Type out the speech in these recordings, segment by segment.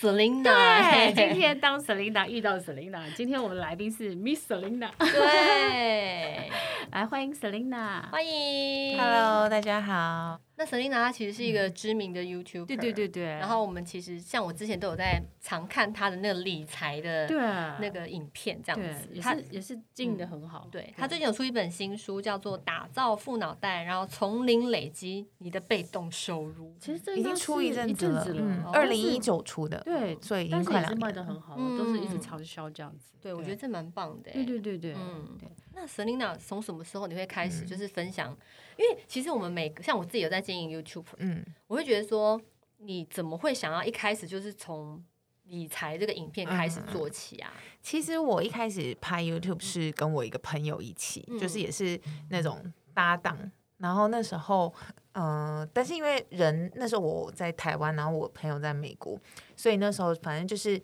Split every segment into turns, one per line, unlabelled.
Selina，
对， 今天当 Selina 遇到 Selina，今天我们的来宾是 Miss Selina，
对，
来欢迎 Selina。
欢迎
Hello，大家好。
那 Selina 她其实是一个知名的 YouTuber，
对对对。对，然
然后我们其实像我之前都有在常看她的那个理财的
对啊
那个影片，这样
对
子。
也
她
是嗯也是进的很好，
对她最近有出一本新书，叫做《打造富脑袋》，然后从零累积你的被动收入。
其实这
已
应该
经
哎是
出一阵
一
子
阵
了，
子
嗯，
了，哦
二零一九出的，
对
所以已
但
经
是
快
也是
两
卖
年
的
了。
很好，都是一直
嗯
畅销这样子。
对，我觉得这蛮棒的欸。
对对对对，
嗯
对，
那 Selina 从什么时候你会开
嗯
始就是分享？因为其实我们每个像我自己有在经营 YouTube，
嗯，
我会觉得说，你怎么会想要一开始就是从理财这个影片开始做起啊？
其实我一开始拍 YouTube 是跟我一个朋友一起，
嗯
就是也是那种搭档。然后那时候，嗯、但是因为人那时候我在台湾，然后我朋友在美国，所以那时候反正就是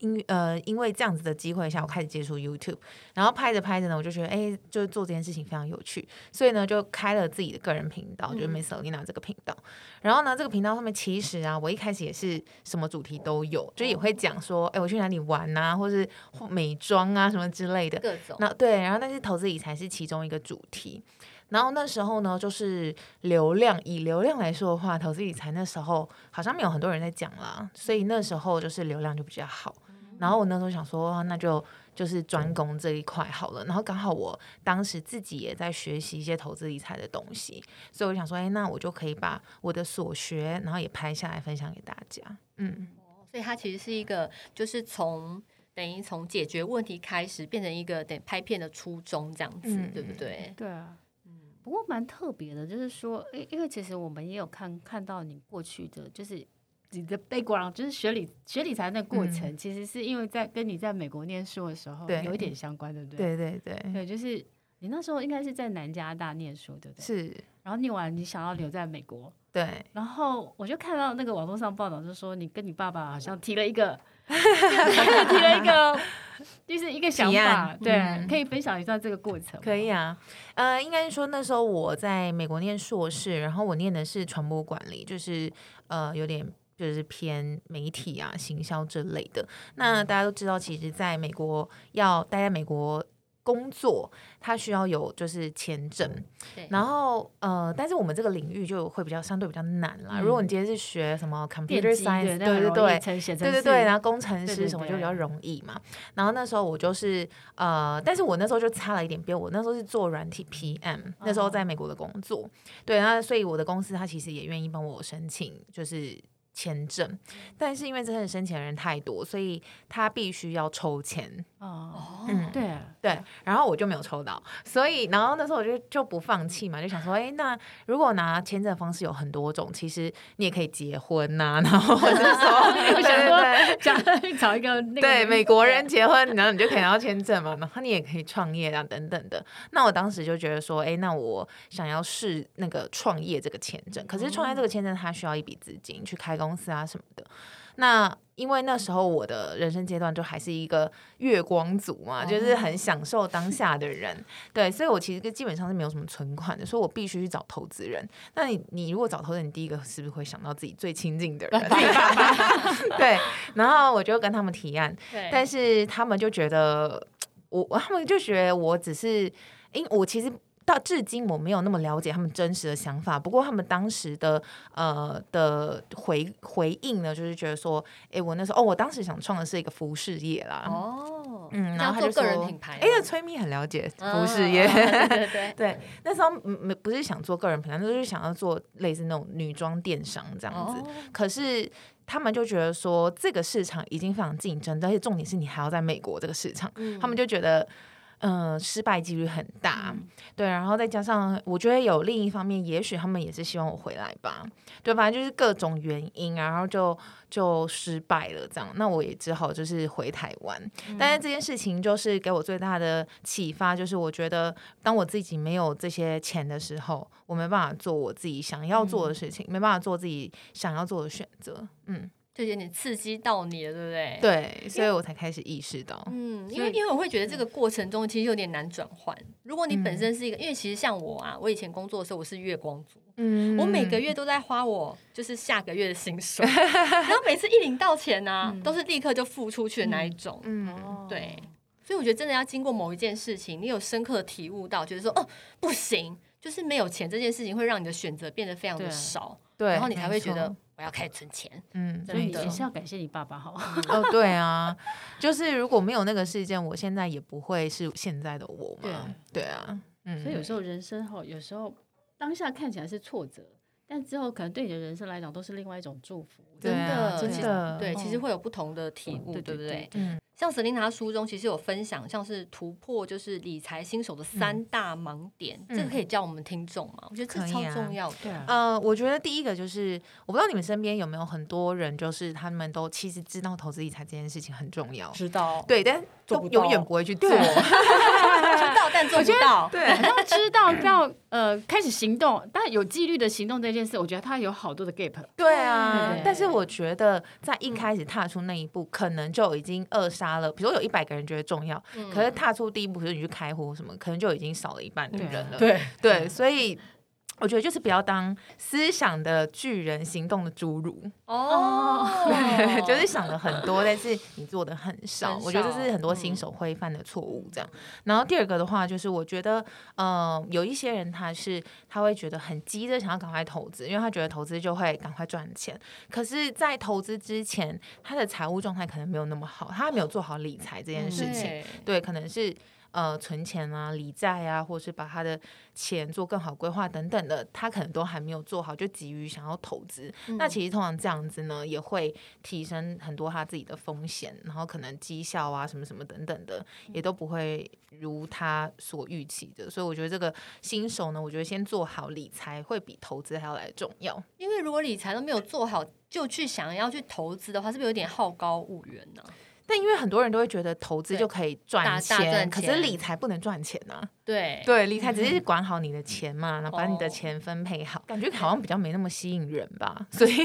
因呃因为这样子的机会下，我开始接触 YouTube，然后拍着拍着呢，我就觉得哎、就是做这件事情非常有趣，所以呢就开了自己的个人频道，就是
嗯
Miss Olina 这个频道。然后呢，这个频道上面其实啊，我一开始也是什么主题都有，就也会讲说，哎、我去哪里玩啊，或是美妆啊什么之类的。
各种
那对，然后但是投资理财是其中一个主题。然后那时候呢，就是流量，以流量来说的话，投资理财那时候好像没有很多人在讲啦，所以那时候就是流量就比较好。
嗯
然后我那时候想说，啊那就就是专攻这一块好了。然后刚好我当时自己也在学习一些投资理财的东西，所以我想说，哎，那我就可以把我的所学，然后也拍下来分享给大家。嗯，
所以它其实是一个，就是从等于从解决问题开始，变成一个得拍片的初衷这样子，
嗯
对不对？
对啊，不过蛮特别的，就是说，因因为其实我们也有看看到你过去的，就是你的 background，就是学理学理财的过程，其实是因为在跟你在美国念书的时候
嗯对嗯
有一点相关，对不对？
对对对，
对，就是你那时候应该是在南加大念书，对不对？
是，
然后念完你想要留在美国，
对。
然后我就看到那个网络上报道，就说你跟你爸爸好像提了一个， 提了一个，就是一个想
提
法
案，
对，
嗯
可以分享一下这个过程吗。
可以啊，呃，应该是说那时候我在美国念硕士，然后我念的是传播管理，就是呃有点就是偏媒体啊、行销这类的。那大家都知道，其实在美国要待在美国。工作，它需要有就是签证，
对，
然后呃，但是我们这个领域就会比较相对比较难啦。
嗯
如果你今天是学什么
电
computer
机
science，对
那很
对
容易
对，
成写
对
程
对
式
对，然后工程
对对
师什么就比较
对
容易嘛。然后那时候我就是呃，但是我那时候就差了一点边，我那时候是做软体 PM，那时候
哦
在美国的工作，对，那所以我的公司它其实也愿意帮我申请，就是。签证，但是因为真的申请的人太多，所以他必须要抽签。
哦，
哦，
嗯
对，，
对，然后我就没有抽到，所以然后那时候我就就不放弃嘛，就想说，哎，那如果拿签证方式有很多种，其实你也可以结婚呐、然后或者是说
我
对对对
想说想 找一个那个
对美国人
啊
结婚，然后你就可以拿到签证嘛，然后你也可以创业啊，等等的。那我当时就觉得说，哎，那我想要试那个创业这个签证，可是创
哦
业这个签证它需要一笔资金去开公司啊什么的。那因为那时候我的人生阶段就还是一个月光族嘛，就是
哦
很享受当下的人，对，所以我其实基本上是没有什么存款的，所以我必须去找投资人。那你你如果找投资人，你第一个是不是会想到自己最亲近的人？ 对，然后我就跟他们提案，
对，
但是他们就觉得我，他们就觉得我只是，因我其实。到至今我没有那么了解他们真实的想法，不过他们当时的呃的回回应呢，就是觉得说，诶，我那时候哦，我当时想创的是一个服饰业啦，
哦，
嗯，然
要
后他就说，
做
哎
个人品牌
诶，
了，
那崔咪很了解
嗯
服饰业，
对对对，
对，那时候没不是想做个人品牌，那就是想要做类似那种女装电商这样子。
哦
可是他们就觉得说，这个市场已经非常竞争，而且重点是你还要在美国这个市场，
嗯
他们就觉得。嗯、失败几率很大，
嗯
对，然后再加上我觉得有另一方面，也许他们也是希望我回来吧，对，反正就是各种原因啊，然后就就失败了这样，那我也只好就是回台湾，但
嗯
是这件事情就是给我最大的启发，就是我觉得当我自己没有这些钱的时候，我没办法做我自己想要做的事情，没办法做自己想要做的选择。嗯，
就有点刺激到你了，对不对？。
对，所以我才开始意识到，
嗯，因
所
为
以
因为我会觉得这个过程中其实有点难转换。如果你本
嗯
身是一个，因为其实像我啊，我以前工作的时候我是月光族，
嗯
我每个月都在花我就是下个月的薪 水，然后每次一领到钱呢、
嗯
都是立刻就付出去的那一种。
哦
嗯，
对，所以我觉得真的要经过某一件事情，你有深刻的体悟到，觉得说哦不行，就是没有钱这件事情会让你的选择变得非常的
对
少，
对，
然后你才会觉
没
得
错，
我要开始存钱。
嗯，
所以
真
你
的
还是要感谢你爸爸好。
哦，对啊，就是如果没有那个事件，我现在也不会是现在的我嘛。对啊，嗯，
所以有时候人生哈，有时候当下看起来是挫折，但之后可能对你的人生来讲都是另外一种祝福。
对啊
真的
真的，
对，其实
嗯
会有不同的体悟，
对
对
对
不
对
对？
嗯
像 Selina 书中其实有分享，像是突破就是理财新手的三大盲点，
嗯
这个可以教我们听众嘛？我觉得这
可以
超
啊
重要的。
对啊
呃，我觉得第一个就是，我不知道你们身边有没有很多人，就是他们都其实知道投资理财这件事情很重要，
知道，
对，但
做
都
不
永远
到
不会去做。
知道但做不到，
对，
啊 要知道要呃开始行动，但有纪律的行动这件事，我觉得它有好多的 gap。
对啊
对对，
但是我觉得在一开始踏出那一步，可能就已经扼杀了。比如说有一百个人觉得重要，
嗯
可是踏出第一步，比如说你去开户什么，可能就已经少了一半的
对啊
人了。
对，
对，所以我觉得就是不要当思想的巨人，行动的侏儒，
哦
就是想的很多，但是你做的很少。
很
我觉得这是
少
很多新手会犯的错误。这样，然后第二个的话，就是我觉得，呃，有一些人他是他会觉得很急着想要赶快投资，因为他觉得投资就会赶快赚钱。可是，在投资之前，他的财务状态可能没有那么好，他还没有做好理财这件事情。
对
对，可能是呃存钱啊、理债啊，或是把他的钱做更好规划等等的，他可能都还没有做好，就急于想要投资。那
嗯
其实通常这样子呢，也会提升很多他自己的风险，然后可能绩效啊什么什么等等的，也都不会如他所预期的。所以我觉得这个新手呢，我觉得先做好理财会比投资还要来得重要。
因为如果理财都没有做好，就去想要去投资的话，是不是有点好高骛远呢？
但因为很多人都会觉得投资
对
就可以
大
赚
大赚
可是
钱
理财不能赚钱啊。
对，
对，理财只是管好你的钱嘛，然后把你
哎嗯哦
的钱分配好，感觉好像比较没那么吸引人吧，所以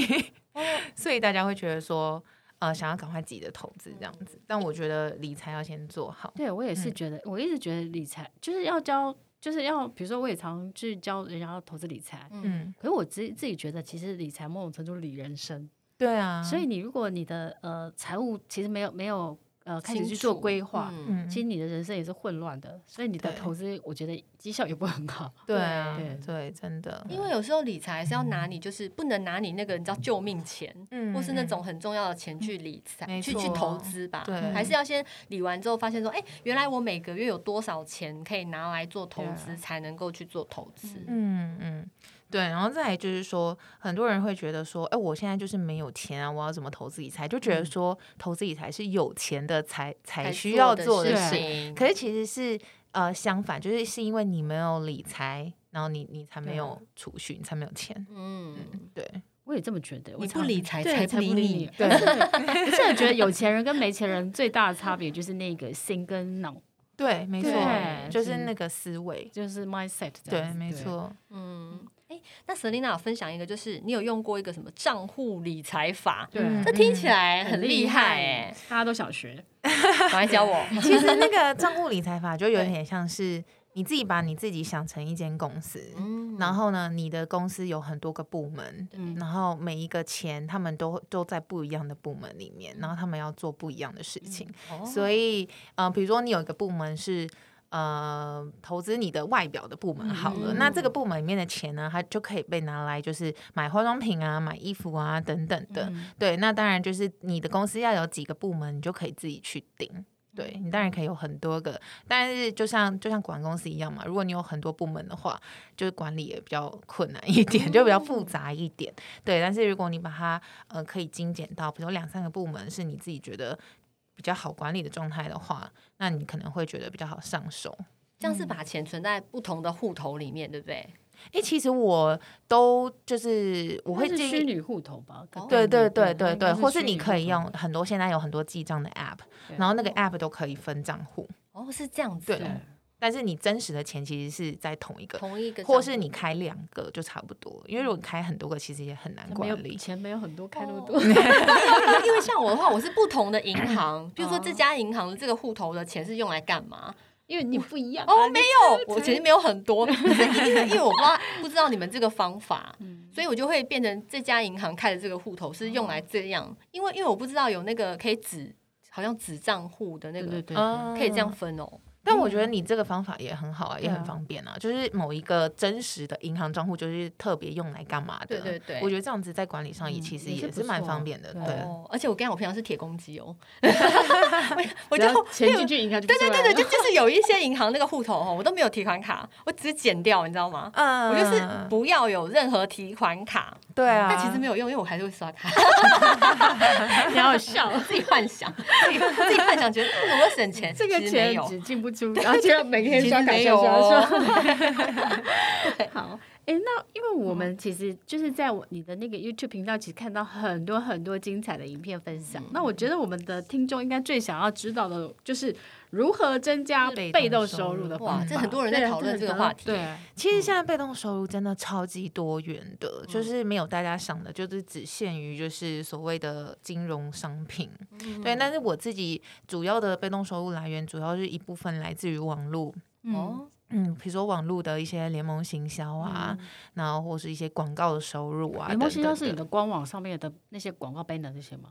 哦
所以大家会觉得说，呃，想要赶快自己的投资这样子。但我觉得理财要先做好，
对我也是
嗯
觉得，我一直觉得理财就是要教，就是要比如说我也常去教人家投资理财，
嗯，
嗯，
可是我自己自己觉得，其实理财某种程度理人生，
对啊，
所以你如果你的呃财务其实没有没有呃开始去做
清楚
规划，
嗯
嗯，
其实你的人生也是混乱的，所以你的
对
投资我觉得绩效也不会很好。
对啊
对，
对，真的，
因为有时候理财是要拿你，就是不能拿你那个你知道救命钱，
嗯
或是那种很重要的钱去理财、
没
去
错
去投资吧
对，
还是要先理完之后发现说，哎、原来我每个月有多少钱可以拿来做投资，
对啊
才能够去做投资。
嗯嗯，对，然后再来就是说，很多人会觉得说，哎，我现在就是没有钱啊，我要怎么投资理财？就觉得说，投资理财是有钱的才才
嗯才
需要做
的
的
事
事
情，
可是其实是呃相反，就是是因为你没有理财，然后你你才没有储蓄，你才没有钱。
嗯，
对，
我也这么觉得，我
你不
常
理财，
对
财
才
理你。
对，而且我觉得有钱人跟没钱人最大的差别就是那个心跟脑，
对，没错
对，
就是
是
那个思维。
就是 mindset 这样
对，
子
没。错。
嗯，哎、那 Selina 有分享一个，就是你有用过一个什么账户理财法？
对，
嗯
这听起来很厉害哎、
欸，大家都想学。
赶快教我。
其实那个账户理财法就有点像是你自己把你自己想成一间公司，
嗯
然后呢，你的公司有很多个部门，
嗯
然后每一个钱他们都都在不一样的部门里面，然后他们要做不一样的事情。
哦
所以，呃，比如说你有一个部门是。呃，投资你的外表的部门好了，
嗯
那这个部门里面的钱呢，它就可以被拿来就是买化妆品啊、买衣服啊等等的。
嗯
对，那当然就是你的公司要有几个部门，你就可以自己去定。对
嗯
你当然可以有很多个，但是就像就像管公司一样嘛，如果你有很多部门的话，就是管理也比较困难一点，就比较
嗯
复杂一点。对，但是如果你把它呃可以精简到，比如说两三个部门是你自己觉得比较好管理的状态的话，那你可能会觉得比较好上手。
这样是把钱存在不同的户头里面，对不对？
诶，其实我都就是我
我
会
会
建
虚
议。
拟户头吧？可
哦
对
能
对对
对
对
它应该
对，
是
或是
虚
你
拟
可以
户头
用很多现在有很多记账的 app，
对嗯
然后那个 app 都可以分账户。
哦，是这样子
对
哦。
但是你真实的钱其实是在同一个，
同一个账户，
或是你开两个就差不多。因为如果你开很多个，其实也很难
没有
管理。
钱没有很多，看那么
哦
多。
因为像我的话，我是不同的银 行，比如说这
嗯
家银行的这个户头的钱是用来干嘛？
因为啊你不一样
哦，
啊，
没有，我其实没有很 多，可是因为因为我不知道不知道你们这个方法，所以我就会变成这家银行开的这个户头是用
哦
来这样，因为因为我不知道有那个可以指好像指账户的那
对
个
对对，
嗯
可以这样分哦，
但我觉得你这个方法也很好啊，也
嗯对啊
很方便啊。就是某一个真实的银行账户，就是特别用来干嘛的？
对对对
我觉得这样子在管理上也其实
嗯也是
也
不
是蛮
错
方便的。
嗯对
对，
哦，而且我跟你讲，我平常是铁公鸡 哦，我我
只
就
要钱进去银行就
对对对对，
对，
就就是有一些银行那个户头哦，我都没有提款卡，我只剪掉，你知道吗？
嗯
我就是不要有任何提款卡，
对啊。
但其实没有用，因为我还是会刷卡，
你好笑。
自己幻想，自己自己幻想觉得嗯我会省钱，
这个
其实没
钱
有
只进 不出，然后就要每天刷卡
其实没
刷
有
刷刷。
哦，
好，哎、那因为我
嗯
们其实就是在我你的那个 YouTube 频道，其实看到很多很多精彩的影片分享。
嗯
那我觉得我们的听众应该最想要知道的就是如何增加
被动
被动
收
收
入
入的
哇
方法
这很多人在
对
讨论
很
这个
多
话题
对，
其实现在被动收入真的超级多元的，
嗯
就是没有大家想的，就是只限于就是所谓的金融商品。对，
嗯
嗯
但是我自己主要的被动收入来源，主要是一部分来自于网络。
嗯，
哦，
嗯，比如说网络的一些联盟行销啊，然后或是一些广告的收入啊，
嗯联盟行销是你
等等的。
的官网上面的那些广告 banner 这些吗？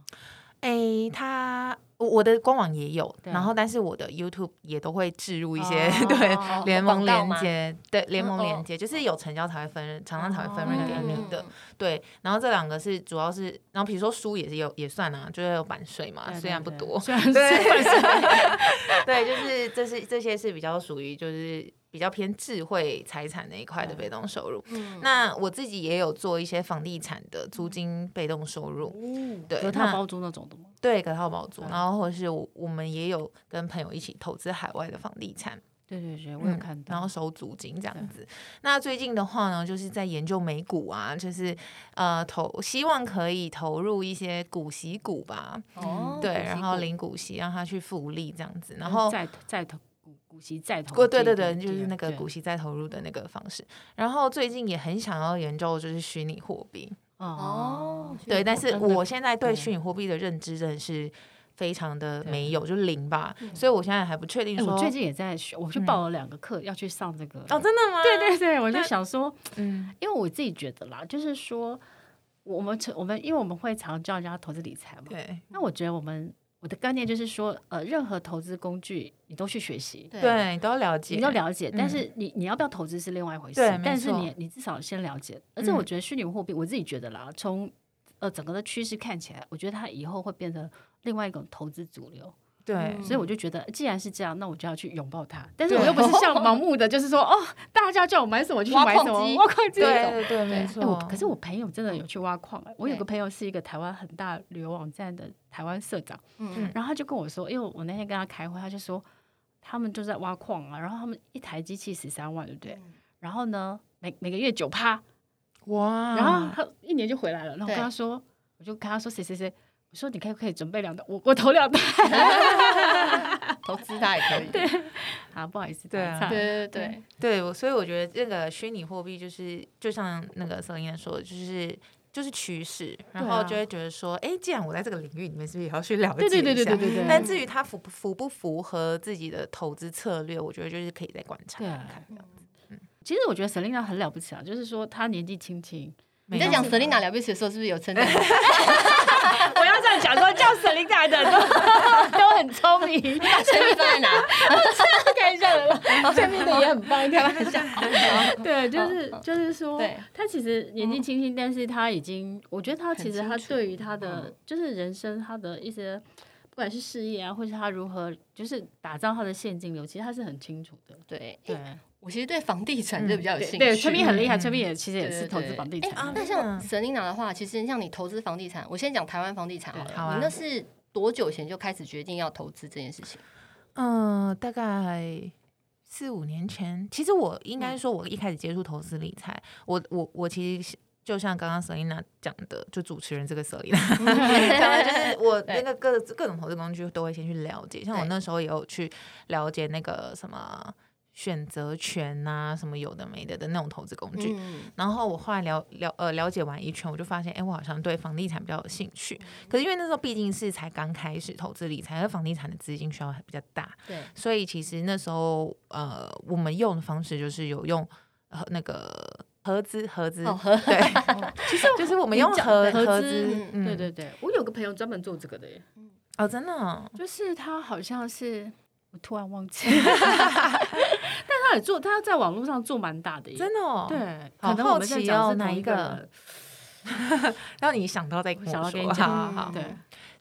哎，它我我的官网也有，
对啊
然后但是我的 YouTube 也都会置入一些、
哦
对
哦
联
广
盟
告
连
吗
接，对联盟
嗯哦
连接，就是有成交才会分润，厂商才会分润给你
哦
的。
嗯
对，然后这两个是主要是，然后比如说书也是有也算啊，就是有版税嘛，
对
虽然不
对对
多，
虽然是
对，就是这是这些是比较属于就是比较偏智慧财产那一块的被动收入。
嗯
那我自己也有做一些房地产的租金被动收入，
嗯
对，
有
那
套包租嗯那种的吗？
对，隔套包租，
对
然后或是我我们也有跟朋友一起投资海外的房地产，
对对对，我有
嗯
看
然
到
后。收租金这样
对
子。那最近的话呢，就是在研究美股啊，就是呃投希望可以投入一些股息股吧，
哦，
对，
股息
然后
股
领股息让它去复利这样子，然
就是
后。
嗯再再投股股息再投
过
这一
对
个，
对对，就是那个
对
股息再投入的那个方式。然后最近也很想要研究就是虚拟货币，
哦，
对，但是
真的
我现在对
嗯对
虚拟货币的认知真的是非常的
对嗯
没有，就零吧，所以我现在还不确定
哎，
说
我最近也在学，我去报了两个课，要去上这个。
嗯哦，真的吗？
对对对，我就想说，
嗯，
因为我自己觉得啦，就是说，我们我们因为我们会常教人家投资理财嘛，
对
那我觉得我们我的概念就是说，呃，任何投资工具你都去学习，
对
对，你都要了解，
你都了解，
嗯
但是你你要不要投资是另外一回事
对没。
但是
错
你你至少先了解，而且
嗯
我觉得虚拟货币，我自己觉得啦，从呃整个的趋势看起来，我觉得它以后会变成另外一种投资主流。
对
嗯
所以我就觉得，既然是这样，那我就要去拥抱它。但是
对
我又不是 像盲目的，就是说哦，大家叫我买什么我就去
挖
买
矿
什么，
机
挖矿机
对
那种。
对对，啊没
哎我
错。
可是我朋友真的有去挖矿、哎我有
对
个朋友是一个台湾很大旅游网站的台湾社长，
嗯
然后他就跟我说，因为我那天跟他开会，他就说他们就在挖矿啊，然后他们一台机器十三万，对不对？然后呢，每每个月九趴，
哇，
然后他一年就回来了。然后我跟
对
他说，我就跟他说谁谁谁，我说你可以可以准备两台，我我投两台。
投资它也可 以，对
啊， 不好意思，
对啊
打岔
对对对，
对，我所以我觉得这个虚拟货币就是就像那个瑟琳说的，就是。就是趋势，然
对
后
啊
就会觉得说，哎、既然我在这个领域里面，是不是也要去了解
对对对对
一下
对对对，
但至于它符不符不符合自己的投资策略，我觉得就是可以再观察
对
看看。
其实我觉得 Selina 很了不起啊，就是说她年纪轻轻，
你在讲
没有
Selina 了不起的时候，是不是有称 赞？
我要这样讲说，叫 Selina 的都都很聪 明，
把生命放在哪？
开玩笑的啦，下面的也很棒，开玩笑。
哦
对，就是就是说
对，
她其实年
嗯
纪轻轻，但是她已经，我觉得她其实
很
她
清楚
对于她的
嗯
就是人生，她的一些。不管是事业啊，或是她如何就是打造她的现金流，其实她是很清楚的。
对，
对，嗯
我其实对房地产就比较有兴趣。
对，陈明很 厉害，
嗯
陈明也其实也
对
是
对
投资
对
房地
哎
产的。
啊
那
嗯
像 Selina 的话，其实像你投资房地产，我先讲台湾房地产好了。
对
好啊
你那是多久以前就开始决定要投资这件事情？
嗯，大概四五年前，其实我应该说，我一开始接触投资理财，我我我其实就像刚刚 Selina 讲的，就主持人这个 Selina 讲的，就是我那个各各种投资工具都会先去了解，像我
对
那时候也有去了解那个什么。选择权啊，什么有的没的的那种投资工具。
嗯，
然后我后来了了呃了解完一圈，我就发现，哎，我好像对房地产比较有兴趣。
嗯
可是因为那时候毕竟是才刚开始投资理财，而房地产的资金需要比较大，
对，
所以其实那时候呃，我们用的方式就是有用、呃、那个合资合资，
哦合
对，其实 就是我们用
你讲
合
合
资
资，
嗯
对对对，我有个朋友专门做这个的耶，
哦，真的哦、
就是他好像是我突然 忘记，了，但他也做，他在网络上做蛮大的耶，
真的、哦，
对，，
好
可能我
好
们在
奇
讲的
哦
是
哪
同
一
一个
个
人
让你想到再跟
想
我
到
说，
跟你
好
讲
好好，
嗯
对，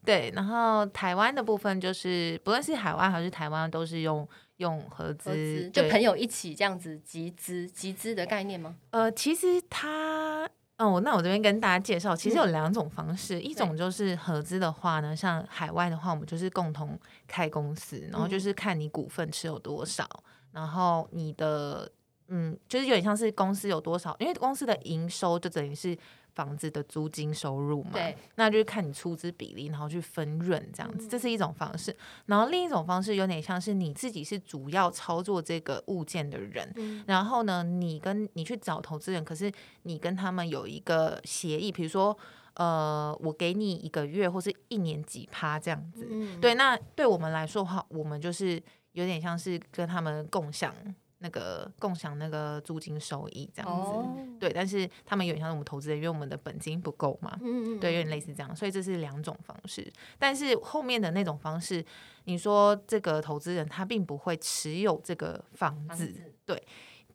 对，然后台湾的部分就是，不论是海外还是台湾，都是用用合资，
合资就
对
朋友一起这样子集资集资的概念吗？
呃，其实它。哦，那我这边跟大家介绍，其实有两种方式，一种就是合资的话呢，像海外的话，我们就是共同开公司，然后就是看你股份持有多少，然后你的嗯，就是有点像是公司有多少，因为公司的营收就等于是房子的租金收入嘛，
对，
那就是看你出资比例，然后去分润这样子，这是
嗯
一种方式。然后另一种方式有点像是你自己是主要操作这个物件的人，
嗯，
然后呢，你跟你去找投资人，可是你跟他们有一个协议，比如说，呃，我给你一个月或是一年几趴这样子。
嗯
对，那对我们来说的话，我们就是有点像是跟他们共享那个共享那个租金收益这样子。嗯
哦，
对，但是他们有点像是我们投资人，因为我们的本金不够嘛。
嗯嗯，
对，有点类似这样，所以这是两种方式。但是后面的那种方式，你说这个投资人他并不会持有这个房
房
子，
子
对。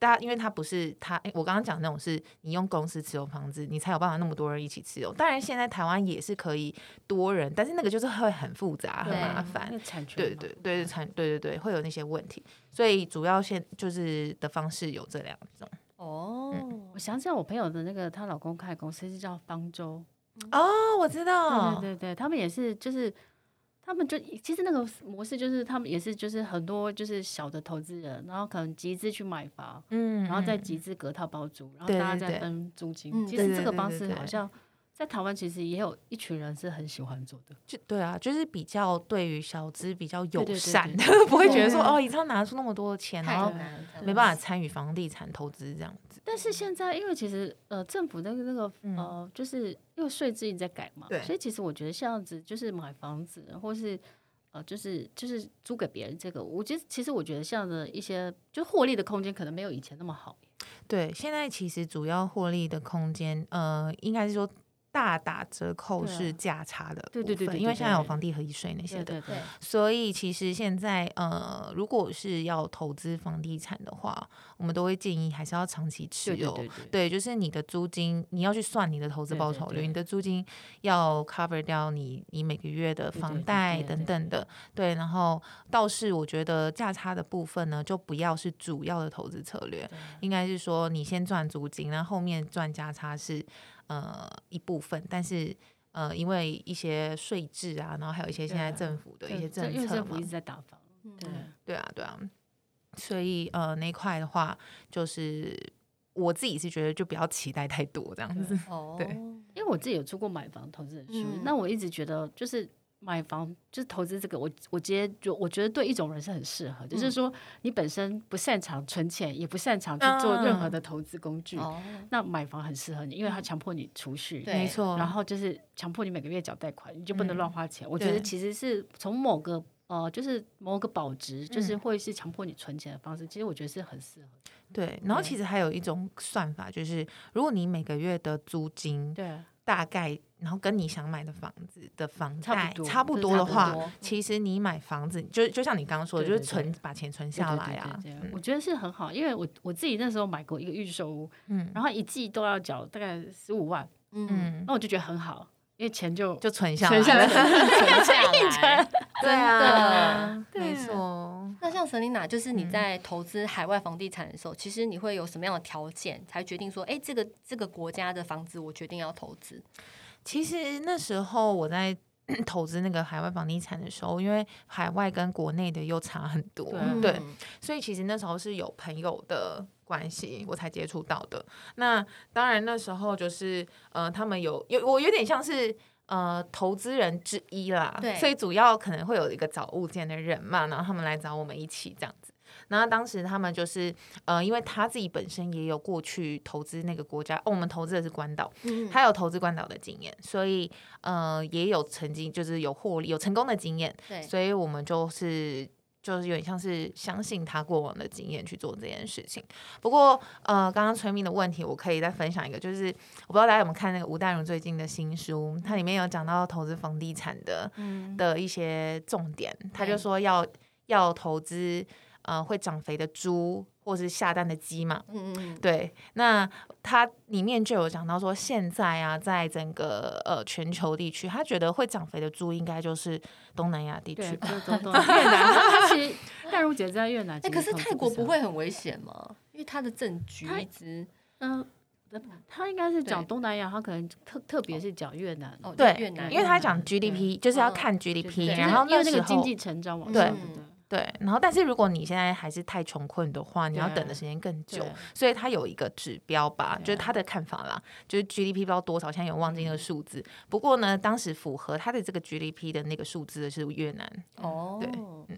大，因为他不是他，诶我刚刚讲的那种是你用公司持有房子，你才有办法那么多人一起持有。当然，现在台湾也是可以多人，但是那个就是会很复杂、很
对
麻
那
烦。
个产权
对
嘛
对对，产对对对，会有那些问题。所以主要现就是的方式有这两种。
哦，
我想起来，我朋友的那个她老公开的公司是叫方舟，
哦，我知道，
对对对，他们也是就是。他们就其实那个模式就是他们也是就是很多就是小的投资人，然后可能集资去买房，
嗯，
然后再
嗯
集资隔套包租，然后
对
大家
对对
再分租金。
嗯
其
对
实
对
这个
对
方
对
式
对
好像在台湾其实也有一群人是很喜欢做的。
就对啊，就是比较对于小资比较
对
友
对对
善，
对
不会觉得说
对
哦，一定要拿出那么多的钱，
太
然后
难了，
没办法参与房地产投资这样子。
但是现在因为其实呃政府那个那个
嗯
呃就是因为税制一直在改嘛
对，
所以其实我觉得这样子就是买房子或是。呃，就是就是租给别人这个，我觉得其实我觉得像的一些就获利的空间可能没有以前那么好，
对，现在其实主要获利的空间，呃，应该是说大打折扣
对啊
是价差的部
对
分，
对对对
因为
对
现在有
对
房地合一税那些
对
的，
对对
对，
所以其实现在呃，如果是要投资房地产的话，我们都会建议还是要长期持
对对
有。
对
对，就是你的租金，你要去算你的投资
对
报
对
酬率，
对
你的租金要 cover 掉你你每个月的
对
房
对
贷
对对
等等的，对。然后倒是我觉得价差的部分呢，就不要是主要的投资策略，应该是说你先赚租金，然后后面赚价差是呃一部分，但是。呃，因为一些税制啊，然后还有一些现在
对啊
政府的一些
对，
政
这因为
策
政
嘛
府一，直在打房，对，
对啊，对啊，所以呃那一块的话，就是我自己是觉得就不要期待太多这
嗯
样子。
哦，
对
因为我自己有出过买房投资人书，
嗯
那我一直觉得就是买房就是投资这个，我我直接就我觉得对一种人是很适合，
嗯
就是说你本身不擅长存钱，也不擅长去做
嗯
任何的投资工具，
哦，
那买房很适合你，因为它强迫你储蓄。
对
没错，
然后就是强迫你每个月缴贷款，你就不能乱花钱。我觉得
对
其实是从某个呃，就是某个保值，就是会是强迫你存钱的方式。其实我觉得是很适合。
对，然后
对
其实还有一种算法，就是如果你每个月的租金
对，
大概，然后跟你想买的房子的房
差不
贷
多
差不
就是
多
差
的
不
话
多，
其实你买房子，就就像你刚刚说的，就是
对对
存
对
把钱存
对
下
对
来啊
对。对对我觉得是很好，因为我我自己那时候买过一个预售屋，
嗯
然后一季都要缴大概十五万，
嗯，
嗯，
那我就觉得很好，因为钱就
就存 下
存下来
了
存下
硬
来。
存。
对啊，没
对
错。
那像沈琳娜，就是你在投资海外房地产的时候，其实你会有什么样的条件才决定说，哎、这个这个国家的房子我决定要投资？
其实那时候我在 投资那个海外房地产的时候，因为海外跟国内的又差很多，
嗯
对，所以其实那时候是有朋友的关系，我才接触到的。那当然那时候就是呃，他们有有我有点像是。呃，投资人之一啦
对，
所以主要可能会有一个找物件的人嘛，然后他们来找我们一起这样子。然后当时他们就是呃，因为他自己本身也有过去投资那个国家，哦，我们投资的是关岛，
嗯
他有投资关岛的经验，所以呃也有曾经就是有获利有成功的经验，
对，
所以我们就是就是有点像是相信他过往的经验去做这件事情。不过呃，刚刚催命的问题，我可以再分享一个，就是我不知道大家有没有看那个吴淡如最近的新书，它里面有讲到投资房地产的的一些重点，他就
嗯对
说要要投资呃会长肥的猪或是下蛋的鸡嘛，
嗯嗯
对，那它里面就有讲到说，现在啊，在整个呃全球地区，他觉得会长肥的猪应该就是东南亚地
对，
区吧。
就中东越南，他其实淡如姐在越南，
哎，可是
其实
泰国
投资
不
少，
会很危险吗？因为它的政局
它
一直
嗯。他应该是讲
对
东南亚，他可能特特别是讲越南，
哦
对，
越南，
因为他讲 GDP 就是要
嗯
看
就是，
GDP，、
对
然后
因为那
时
个经
候
济成长往
对
上的，
对，然后但是如果你现在还是太穷困的话，你要
对啊
等的时间更久
对，
所以他有一个指标吧，
对啊嗯
就是他的看法啦，就是 GDP 不知道多少，现在有忘记那个数字。不过呢，当时符合他的这个 GDP 的那个数字的是越南，
哦，
对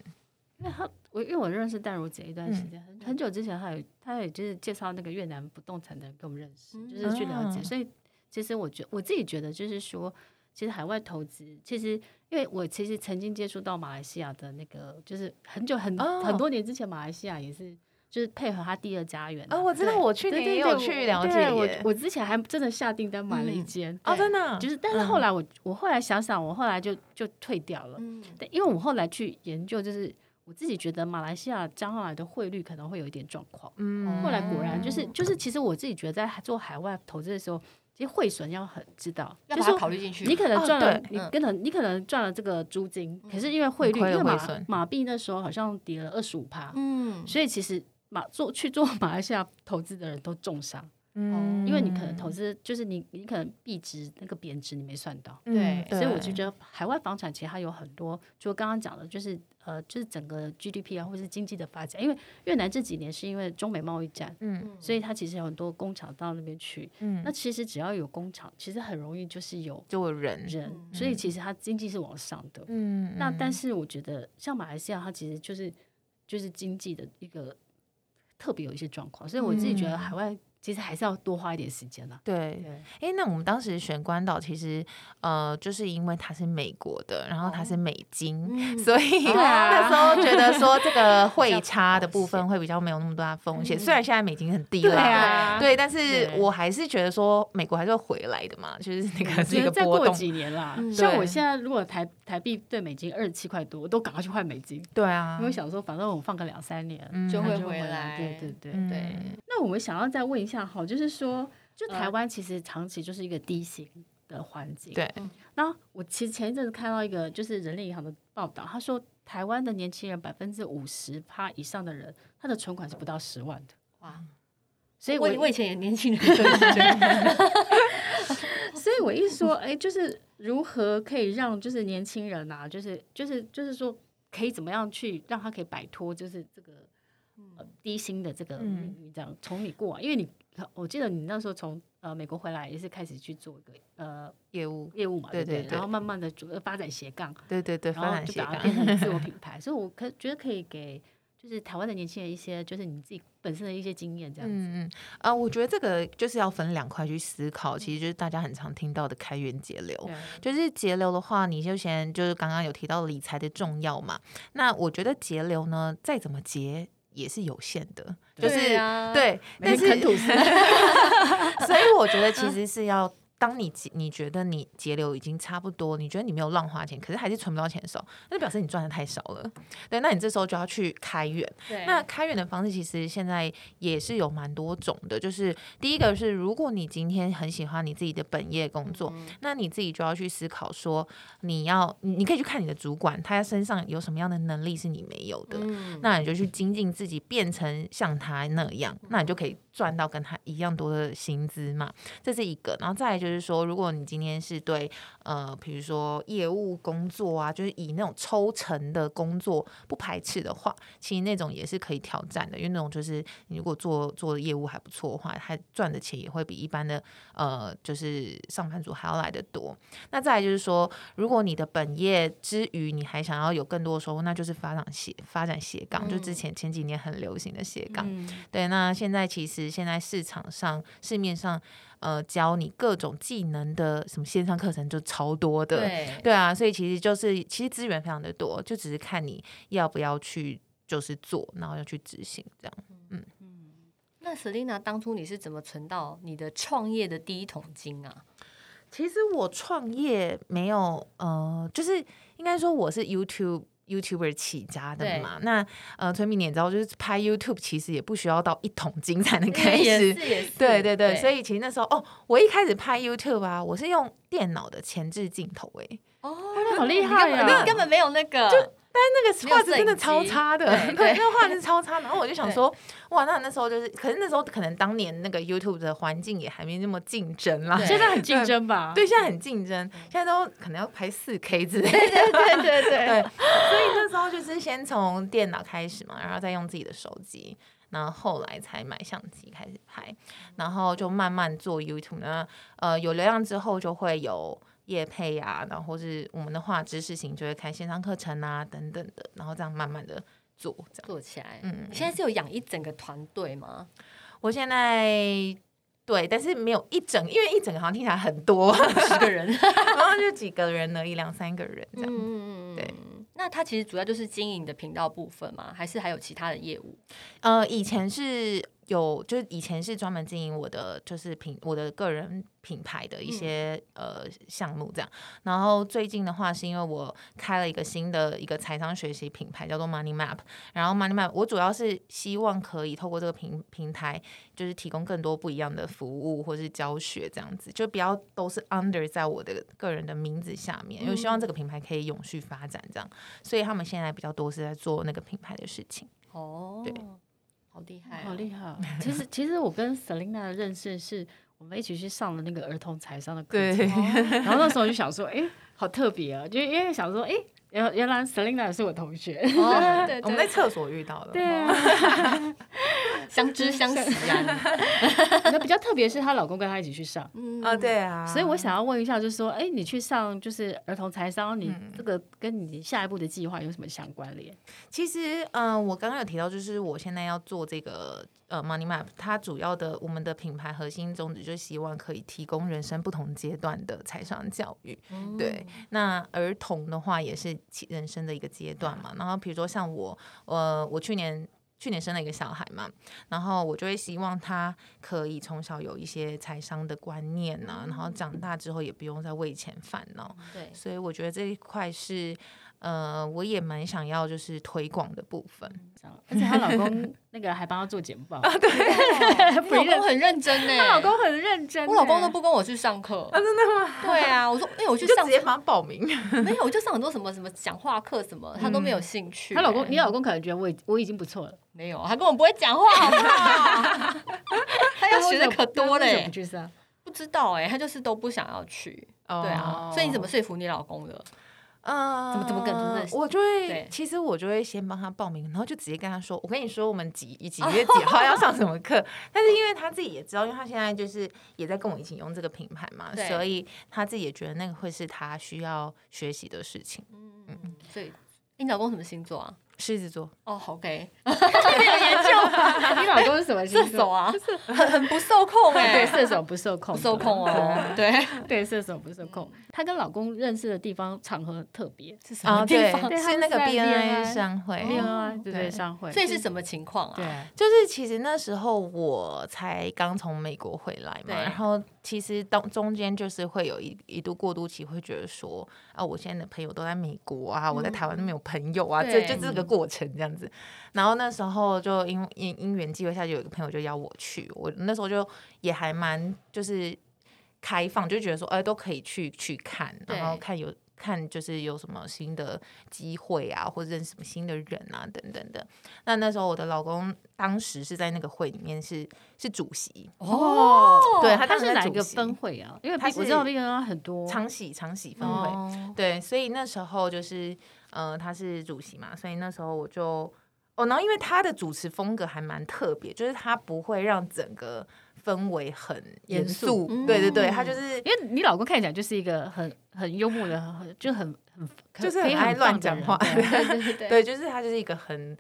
因为他我因为我认识淡如姐一段时
嗯
间，很很久之前，她有她也就是介绍那个越南不动产的人跟我们认识，
嗯
就是去了解。
啊
所以其实我觉我自己觉得就是说，其实海外投资，其实因为我其实曾经接触到马来西亚的那个，就是很久很、
哦
很多年之前，马来西亚也是就是配合他第二家园
啊、我知道
对
我去
对对
年也
对
有
我
去了
对
解耶，
我我之前还真的下订单买了一
嗯
间，
哦，
对
真的啊，
就是但是后来我、我后来想想，我后来就就退掉了。
嗯，
对，因为我后来去研究，就是我自己觉得马来西亚将来的汇率可能会有一点状况。
嗯
后来果然就是就是，其实我自己觉得在做海外投资的时候，其实汇损要很知道，
要
就
把它
是说
考虑进去。
你可能
哦
赚了，
对嗯
你
嗯
可能你可能赚了这个租金，可是因为汇
你
率，因
亏了
为马
汇损
马币那时候好像跌了二十五趴，
嗯，
所以其实马做去做马来西亚投资的人都重伤，
哦
嗯
因为你可能投资就是你你可能币值那个贬值你没算到。
嗯
对
所以我就觉得海外房产其实它有很多，就刚刚讲的，就是呃，就是整个 GDP 啊，或是经济的发展。因为越南这几年是因为中美贸易战，
嗯
所以它其实有很多工厂到那边去。
嗯
那其实只要有工厂，其实很容易就是有
就有人
人，
嗯
所以其实它经济是往上的。
嗯
那但
是
是我觉得像马来西亚，它其实就是就是经济的一个特别有一些状况，所以我自己觉得
嗯
海外其实还是要多花一点时间啦。
对，
对，
哎，那我们当时选关岛，其实呃，就是因为它是美国的，然后它
哦
是美金。
嗯
所以
对
那
啊
时候觉得说这 个汇
较
差的
保
部分会比较没有那么多的风险，虽然现在美金很低了，
嗯对
啊
对，但是
对
我还是觉得说美国还是会回来的嘛，就是那个是
我觉
一个
得嗯再
波
过
动，
几年啦，
嗯
像
对
我现在如果台台币对美金二十七块多，我都赶快去换美金，
对啊
因为，想说反正我放个两三年，
嗯
就
它
会
就
回
来。
来
对对对。
嗯
对
那我们想要再问一下哈，就是说，就台湾其实长期就是一个低薪的环境。
对
嗯。
那我其实前一阵子看到一个就是人力银行的报道，他说台湾的年轻人百分之五十趴以上的人，他的存款是不到十万的。
哇，
所以
我
我
我以前也年轻人都是这样，
嗯
所以我一说，哎，就是如何可以让就是年轻人啊，就是就是就是说，可以怎么样去让他可以摆脱就是这个、呃、低薪的这个
嗯
你讲从你过往，因为你呃我记得你那时候从呃美国回来也是开始去做一个呃
业务，
业务嘛，
对
对不对
对对
然后慢慢的发展斜杠，
对对对，
然
发
后
展
就
斜
把
杠，
它变成自我品牌， 所以我可觉得可以给就是台湾的年轻人一些就是你自己本身的一些经验这样子，
嗯嗯，啊，我觉得这个就是要分两块去思考，其实就是大家很常听到的开源节流
嗯对。
就
啊
是节流的话，你就先就是刚刚有提到理财的重要嘛。那我觉得节流呢，再怎么节也是有限的，就是
对啊
对，但
每天
是
啃吐 嗯司
所以我 觉得其实是要。当你节你觉得你节流已经差不多，你觉得你没有乱花钱，可是还是存不到钱的时候，那就表示你赚的太少了。对，那你这时候就要去开源。
对
那开源的方式其实现在也是有蛮多种的，就是第一个是，如果你今天很喜欢你自己的本业工作，那你自己就要去思考说，你要你你可以去看你的主管，他身上有什么样的能力是你没有的，
嗯
那你就去精进自己，变成像他那样，那你就可以赚到跟他一样多的薪资嘛，这是一个。然后再来就是说，如果你今天是对呃，比如说业务工作啊，就是以那种抽成的工作不排斥的话，其实那种也是可以挑战的，因为那种就是你如果做做业务还不错的话，他赚的钱也会比一般的呃，就是上班族还要来的多。那再来就是说，如果你的本业之余，你还想要有更多的收入，那就是发展斜发展斜杠，就之前前几年很流行的斜杠。
嗯
对，那现在其实现在市场上市面上呃教你各种技能的什么线上课程就超多的，
对，
对啊，所以其实就是其实资源非常的多，就只是看你要不要去就是做，然后要去执行这样。
那 Selina 当初你是怎么存到你的创业的第一桶金啊？
其实我创业没有，呃，就是应该说我是 YouTube。YouTuber 起家的嘛，那呃，崔敏你也知道，就是拍 YouTube 其实也不需要到一桶金才能开
也
始
是，也是，
对对对，所以其实那时候哦，我一开始拍 YouTube 啊，我是用电脑的前置镜头诶、
哦，
那好厉害
你
呀、
根本没有那个，
那个
没有
画质真的
摄影
超
机
差的，
对对
对，那个画质超差。然后我就想说，哇，那那时候就是，可是那时候可能当年那个 YouTube 的环境也还没那么竞争啦，
对
现在很竞争吧？
对，现在很竞争，现在都可能要拍四 K 之类的。
对对对对对
对，所以那时候就是先从电脑开始嘛，然后再用自己的手机，然后后来才买相机开始拍，然后就慢慢做 YouTube 呢。呃，有流量之后就会有业配啊，然后是我们的话知识型就会开线上课程啊等等的，然后这样慢慢的做这样。
做起来。
嗯
现在是有养一整个团队吗？
我现在。对，但是没有一整，因为一整个好像听起来很多，
十个人，
然后就几个人而已，两三个人这
嗯
样。
嗯嗯，
对
嗯那它其实主要就是经营的频道部分吗？还是还有其他的业务？
呃，以前是有，就是以前是专门经营我的，就是品我的个人品牌的一些、呃项目这样。然后最近的话，是因为我开了一个新的一个财商学习品牌，叫做 Money Map。然后 Money Map，我主要是希望可以透过这个平平台，就是提供更多不一样的服务或是教学这样子，就不要都是 under 在我的个人的名字下面，因为希望这个品牌可以永续发展这样。所以他们现在比较多是在做那个品牌的事情。
哦，
对，
好厉害、啊
好厉害 哦！其实其实我跟 Selina 的认识是我们一起去上了那个儿童财商的课程，哦 然后那时候我就想说，哎、好特别啊！就因为想说，哎、原原来 Selina 也是我同学，
哦！对
我们
对
在厕所遇到的。
对啊。
相知相惜啊！
哦那比较特别是她老公跟她一起去上，
嗯
啊，对啊，
所以我想要问一下，就是说，哎、你去上就是儿童财商，你
嗯
这个跟你下一步的计划有什么相关联？
其实，嗯、我刚刚有提到，就是我现在要做这个呃 Money Map，它主要的我们的品牌核心宗旨就是希望可以提供人生不同阶段的财商教育。
嗯
对，那儿童的话也是其人生的一个阶段嘛。然后比如说像我，呃，我去年。去年生了一个小孩嘛，然后我就会希望他可以从小有一些财商的观念呐、然后长大之后也不用再为钱烦恼。
对，
所以我觉得这一块是，呃，我也蛮想要就是推广的部分。
这 样而且她老公那个还帮她做简报，
对你老公很认真呢、
啊她老公很认真欸、
我老公都不跟我去上课， 真的吗？对啊，我说，因为我去
就
上
直接帮他报 名，
没有，我就上很多什么什么讲话课什么，他都没有兴趣、欸
她老公，你老公可能觉得我已我已经不错了，
没有，他根本不会讲话，好不好？
哎
他要学的可多
那为什么
嘞
不，去上？
不知道哎、他就是都不想要去。对啊，所以你怎么
哦？
说服你老公的？
呃，
怎么怎么跟怎么认识
我就会
对，
其实我就会先帮他报名，然后就直接跟他说，我跟你说，我们几几月几号要上什么课。 但是因为他自己也知道，因为他现在就是也在跟我一起用这个品牌嘛，
对
所以他自己也觉得那个会是他需要学习的事情。
嗯，所以你老公什么星座啊？
狮子座，
哦，好 gay，
没有研 究，你老公是什么星
射手
座？
啊，很很不受控 哎、
对，射手不受控，
不受控哦， 对，
对，射手不受控。她跟老公认识的地方场合很特别，
是什
啊，
么地
对，
方？
对他
是
们
那个
是在
BNI
BNI
商会，
没有啊，对
哎对
对，商会，
所以是什么情况啊？
对，
就是其实那时候我才刚从美国回来嘛，
对
然后其实当中间就是会有一一度过渡期，会觉得说啊，我现在的朋友都在美国啊，我在台湾都没有朋友啊，这
嗯对
就这个过程这样子。然后那时候就因因因缘际会下，就有一个朋友就邀我去，我那时候就也呃还蛮就是开放，就觉得说哎、都可以去去看，
对
然后看有。看就是有什么新的机会啊，或者认识什么新的人啊等等的。那那时候我的老公当时是在那个会里面是是主席，
哦，
对他
他
当时
是哪
在
一个
主席
分会啊？因为
他
我知
是
道那个很多，
常喜常喜分会。
哦
对，所以那时候就是，呃，他是主席嘛，所以那时候我就，哦，然后因为他的主持风格还蛮特别，就是他不会让整个氛围很
严
严
肃
肃，对对对，
嗯
他就是
因为你老公看起来就是一个很很幽默的，很就很很
就是
可以
很爱
棒
乱
的
讲
人
话
对
对对对
对，就是他就是一个很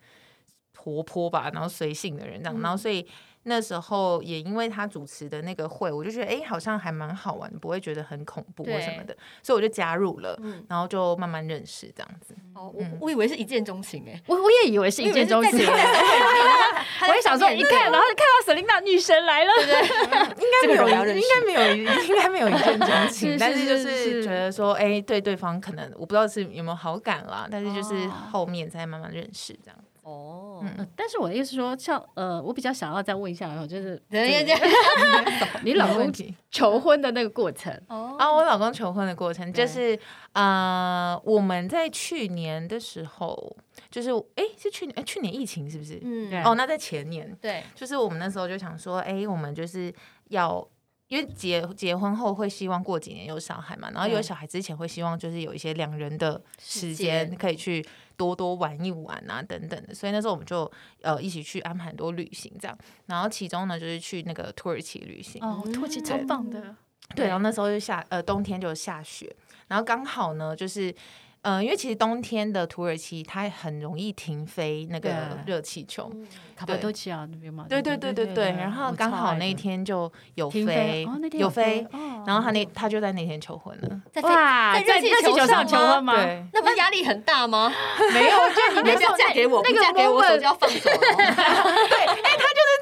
活泼吧，然后随性的人这样，
嗯
然后所以那时候也因为他主持的那个会，我就觉得哎、诶好像还蛮好玩，不会觉得很恐怖或什么
对
的，所以我就加入了，
嗯
然后就慢慢认识这样子。
哦，我我以为是一见钟情哎，
我我也以为是一见钟情， 我也想说一看，然后看到 Selina 女神来了，
应该没
这个
有，
人要认识
应该没有，应该没有一 见 钟
是
情，但
是
就是
是
是觉得说，哎、对对方可能我不知道是有没有好感啦，但是就是
哦
后面再慢慢认识这样。
哦，
嗯
呃但是我的意思是说，像呃，我比较想要再问一下，就是
人家这
这个
样
你老
没问
公
题
求婚的那个过程，
哦，
啊，我老公求婚的过程
对
就是，呃，我们在去年的时候，就是哎、是去年、哎去年疫情是不是？
嗯，
哦，那在前年，
对，
就是我们那时候就想说，哎、我们就是要。因为结结婚后会希望过几年有小孩嘛，然后有
嗯
小孩之前会希望就是有一些两人的时
间
间可以去多多玩一玩啊等等的，所以那时候我们就呃一起去安排很多旅行这样，然后其中呢就是去那个土耳其旅行，
哦，土耳其超棒的，
对，然后那时候就下呃冬天就下雪，然后刚好呢就是。呃，因为其实冬天的土耳其它很容易停飞那个
对
热气球，
嗯
卡巴多奇亚那边嘛，
对对对对对。然后刚好那一天就有
停飞，哦，那天
有飞，
哦
然后他那他就在那天求婚了。
在
哇，
在热
在
气
热气球上
上
求婚
吗？
吗？
对，
那不是压力很大吗？
没有，就
你们要嫁给我，
那
不
个
嫁给我
moment
手就要放手了。
哎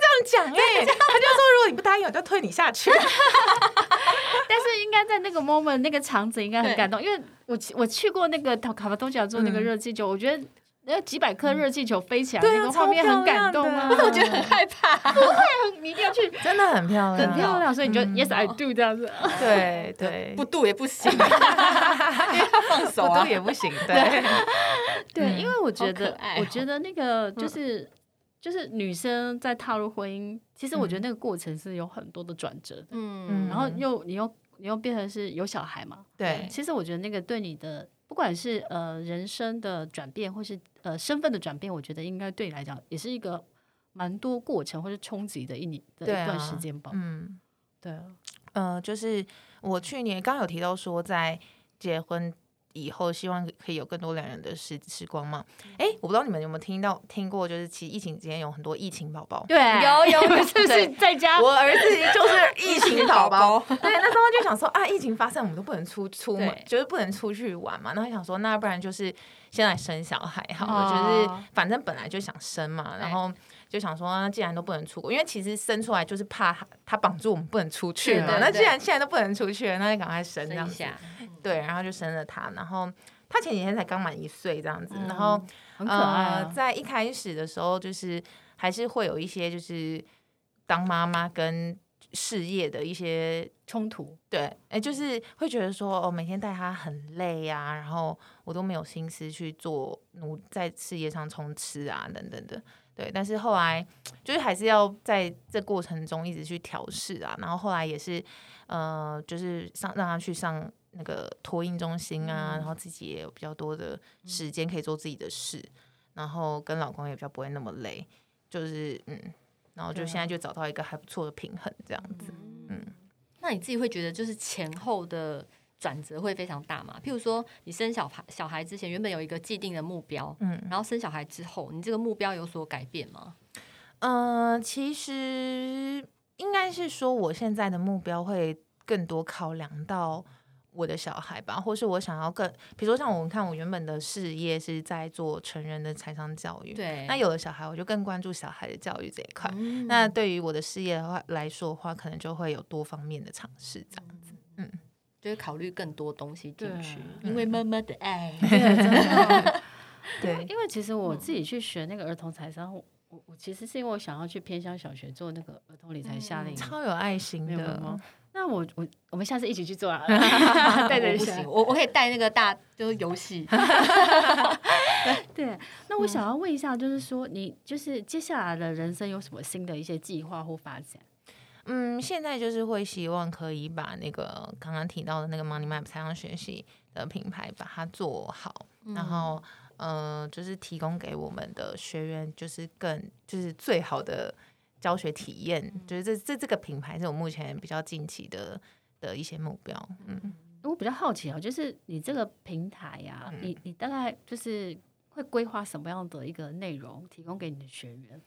这样讲哎，他就说如果你不答应，我就推你下去。
但是应该在那个 moment 那个场景应该很
对
感动，因为我去我去过那个卡卡巴多奇亚做那个
嗯
热气球，我觉得那几百颗热气球飞起来，
对啊
那个画面
超
很感动啊！
漂亮的
我觉得 很害怕，
你一定要去，
真的很漂亮，
很漂亮，所以你就
嗯
yes I do 这样子。
对对，
不度也不行， 因为要放手
不
啊
都。也不行，对，
对，
嗯
因为我觉
好可
得，
爱
我
哦
觉得那个就是、就是女生在踏入婚姻，其实我觉得那个过程是有很多的转折的，
嗯
嗯
然后又你又你又变成是有小孩嘛，
对
其实我觉得那个对你的，不管是呃人生的转变，或是呃身份的转变，我觉得应该对你来讲也是一个蛮多过程或是冲击的一年的
对
一
啊
段时间吧。
嗯。
对啊，
呃，就是我去年刚有提到说，在结婚以后，希望可以有更多两人的时时光嘛。哎、我不知道你们有没有听到听过，就是其实疫情期间有很多疫情宝宝。
对，
有啊有有，
是不是在家？
我儿子就是疫情宝宝，对，那时候就想说啊，疫情发生我们都不能出出门
对，
就是不能出去玩嘛。然后想说，那不然就是先来生小孩好了，
哦
就是反正本来就想生嘛，然
对
后就想说，那既然都不能出国，因为其实生出来就是怕他他绑住我们不能出去
对
嘛
对。
那
对
既然现在都不能出去了，那就赶快生这
等
样
一
子。
下，
对，然后就生了他，然后他前几天才刚满一岁这样子，然后
嗯很可爱、啊
呃，在一开始的时候，就是还是会有一些就是当妈妈跟事业的一些
冲突。
对，哎、就是会觉得说哦，每天带他很累呀、然后我都没有心思去做努在事业上冲刺啊等等的。对，但是后来就是还是要在这过程中一直去调试啊，然后后来也是呃，就是上让他去上那个托婴中心啊，
嗯
然后自己也有比较多的时间可以做自己的事，然后跟老公也比较不会那么累，就是嗯，然后就
对啊
现在就找到一个还不错的平衡这样子。
嗯那你自己会觉得就是前后的转折会非常大吗？譬如说你生小孩小孩之前原本有一个既定的目标，
嗯
然后生小孩之后，你这个目标有所改变吗？
呃，其实应该是说，我现在的目标会更多考量到我的小孩吧，或是我想要更，比如说像我看我原本的事业是在做成人的财商教育，，
对，
那有了小孩，我就更关注小孩的教育这一块。
嗯
啊那对于我的事业的话来说的话，可能就会有多方面的尝试这样子。嗯，
就会考虑更多东西进去，
对啊
因为妈妈的爱。
对，
因为其实我
嗯
自己去学那个儿童财商，我我我其实是因为我想要去偏乡小学做那个儿童理财夏令
嗯
营。
超有爱心嗯
没有没有没有
的，
那我我我们下次一起去做 啊， 带着
我不
小孩
行，我我可以带那个大就是游 戏，
对，那我
嗯
想要问一下，就是说你就是接下来的人生有什么新的一些计划或发展？
嗯，现在就是会希望可以把那个刚刚提到的那个 Money Map 财商学习的品牌把它做好，然
嗯
后呃，就是提供给我们的学员就是更就是最好的教学体验，就是这这这个品牌是我目前比较近期的的一些目标，嗯。
我比较好奇哦，就是你这个平台呀、
嗯
你你大概就是会规划什么样的一个内容提供给你的学员？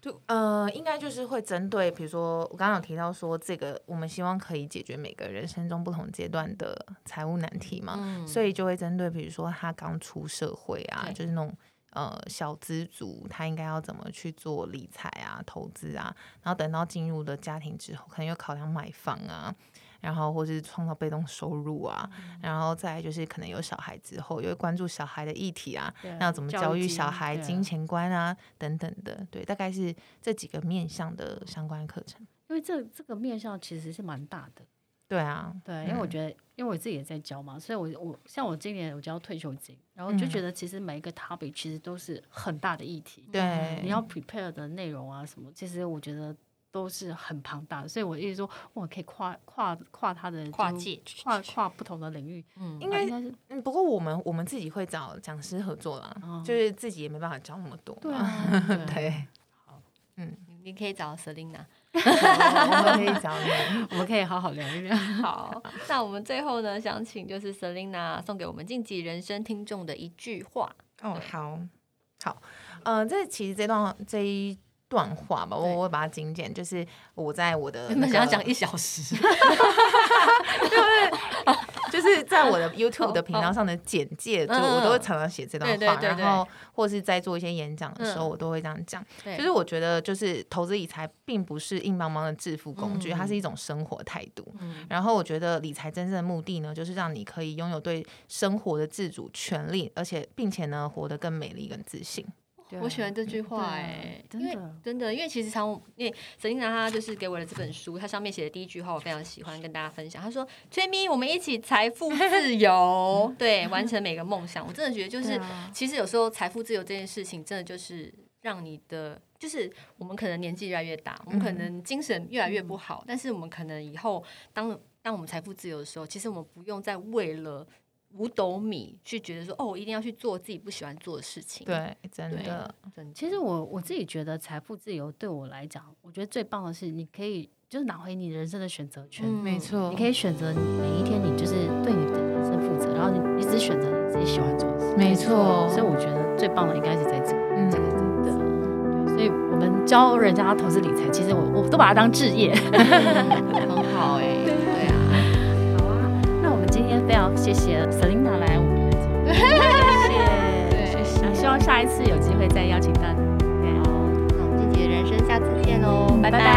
就呃，应该就是会针对，比如说我刚刚有提到说，这个我们希望可以解决每个人生中不同阶段的财务难题嘛，
嗯
所以就会针对，比如说他刚出社会啊，
对
就是那种呃小资族，他应该要怎么去做理财啊、投资啊，然后等到进入了家庭之后，可能又考量买房啊，然后或是创造被动收入啊，然后再来就是可能有小孩之后，也会关注小孩的议题啊，
对啊
那怎么教育
育
小
经
孩、
对啊
金钱观啊等等的，对，大概是这几个面向的相关课程。
因为这这个面向其实是蛮大的，
对啊，
对，因为我
嗯
觉得，因为我自己也在教嘛，所以我我像我今年我教退休金，然后就觉得其实每一个 topic 其实都是很大的议题，
对，
啊你要 prepare 的内容啊什么，其实我觉得都是很庞大的，所以我一直说我可以跨跨跨它的
跨
就
界
跨跨不同的领域，
嗯
应
啊
该
应该是
嗯，不过我们我们自己会找讲师合作啦，
哦
就是自己也没办法教那么多
对
嘛。
啊，对，
对，
你可以找 Selina。
我们可以找你。
我们可以好好聊一聊。
好，那我们最后呢，想请就是 Selina 送给我们晋级人生听众的一句 话。
哦，好，好，呃，这其实这段这一段话吧，我
对
我会把它精简，就是我在我 的
原本想要讲
一。
一小时，
就是在我的 YouTube 的频道上的简介，就
嗯
我都会常常写这段
对
话，
对对对
然后或是在做一些演讲的时候，
嗯
我都会这样讲。
对
就是我觉得，就是投资理财并不是硬邦邦的致富工具，
嗯
它是一种生活态度。然后我觉得理财真正的目的呢，就是让你可以拥有对生活的自主权利，而且并且呢，活得更美丽、更自信。
啊
我喜欢这句话哎、
对
因为
真的
真的，因为其实常我因为 Selina 她就是给我的这本书，它上面写的第一句话我非常喜欢跟大家分享。她说：“崔咪，我们一起财富自 由，对，完成每个梦想。”我真的觉得就是，
对啊
其实有时候财富自由这件事情，真的就是让你的。就是我们可能年纪越来越大，我们
嗯
可能精神越来越不好，但是我们可能以后当当我们财富自由的时候，其实我们不用再为了五斗米去觉得说哦，我一定要去做自己不喜欢做的事情。
对，真
对
的，
真的，
其实我我自己觉得财富自由对我来讲，我觉得最棒的是你可以就是拿回你人生的选择权，
没
错
你可以选择你每一天你就是对你的人生负责，然后你一直选择你自己喜欢做的事。
没错
所以我觉得最棒的应该是在这个
嗯
这个真的。对所以我们教人家投资理财，其实我我都把它当置业。
很好哎、对啊。
好啊， 那我们今天非常谢谢 Selina 来我们的节目，谢 谢，
对
谢谢。希望下一次有机会再邀请到你。对
那我们这集的人生下次见喽，拜
拜
拜。
拜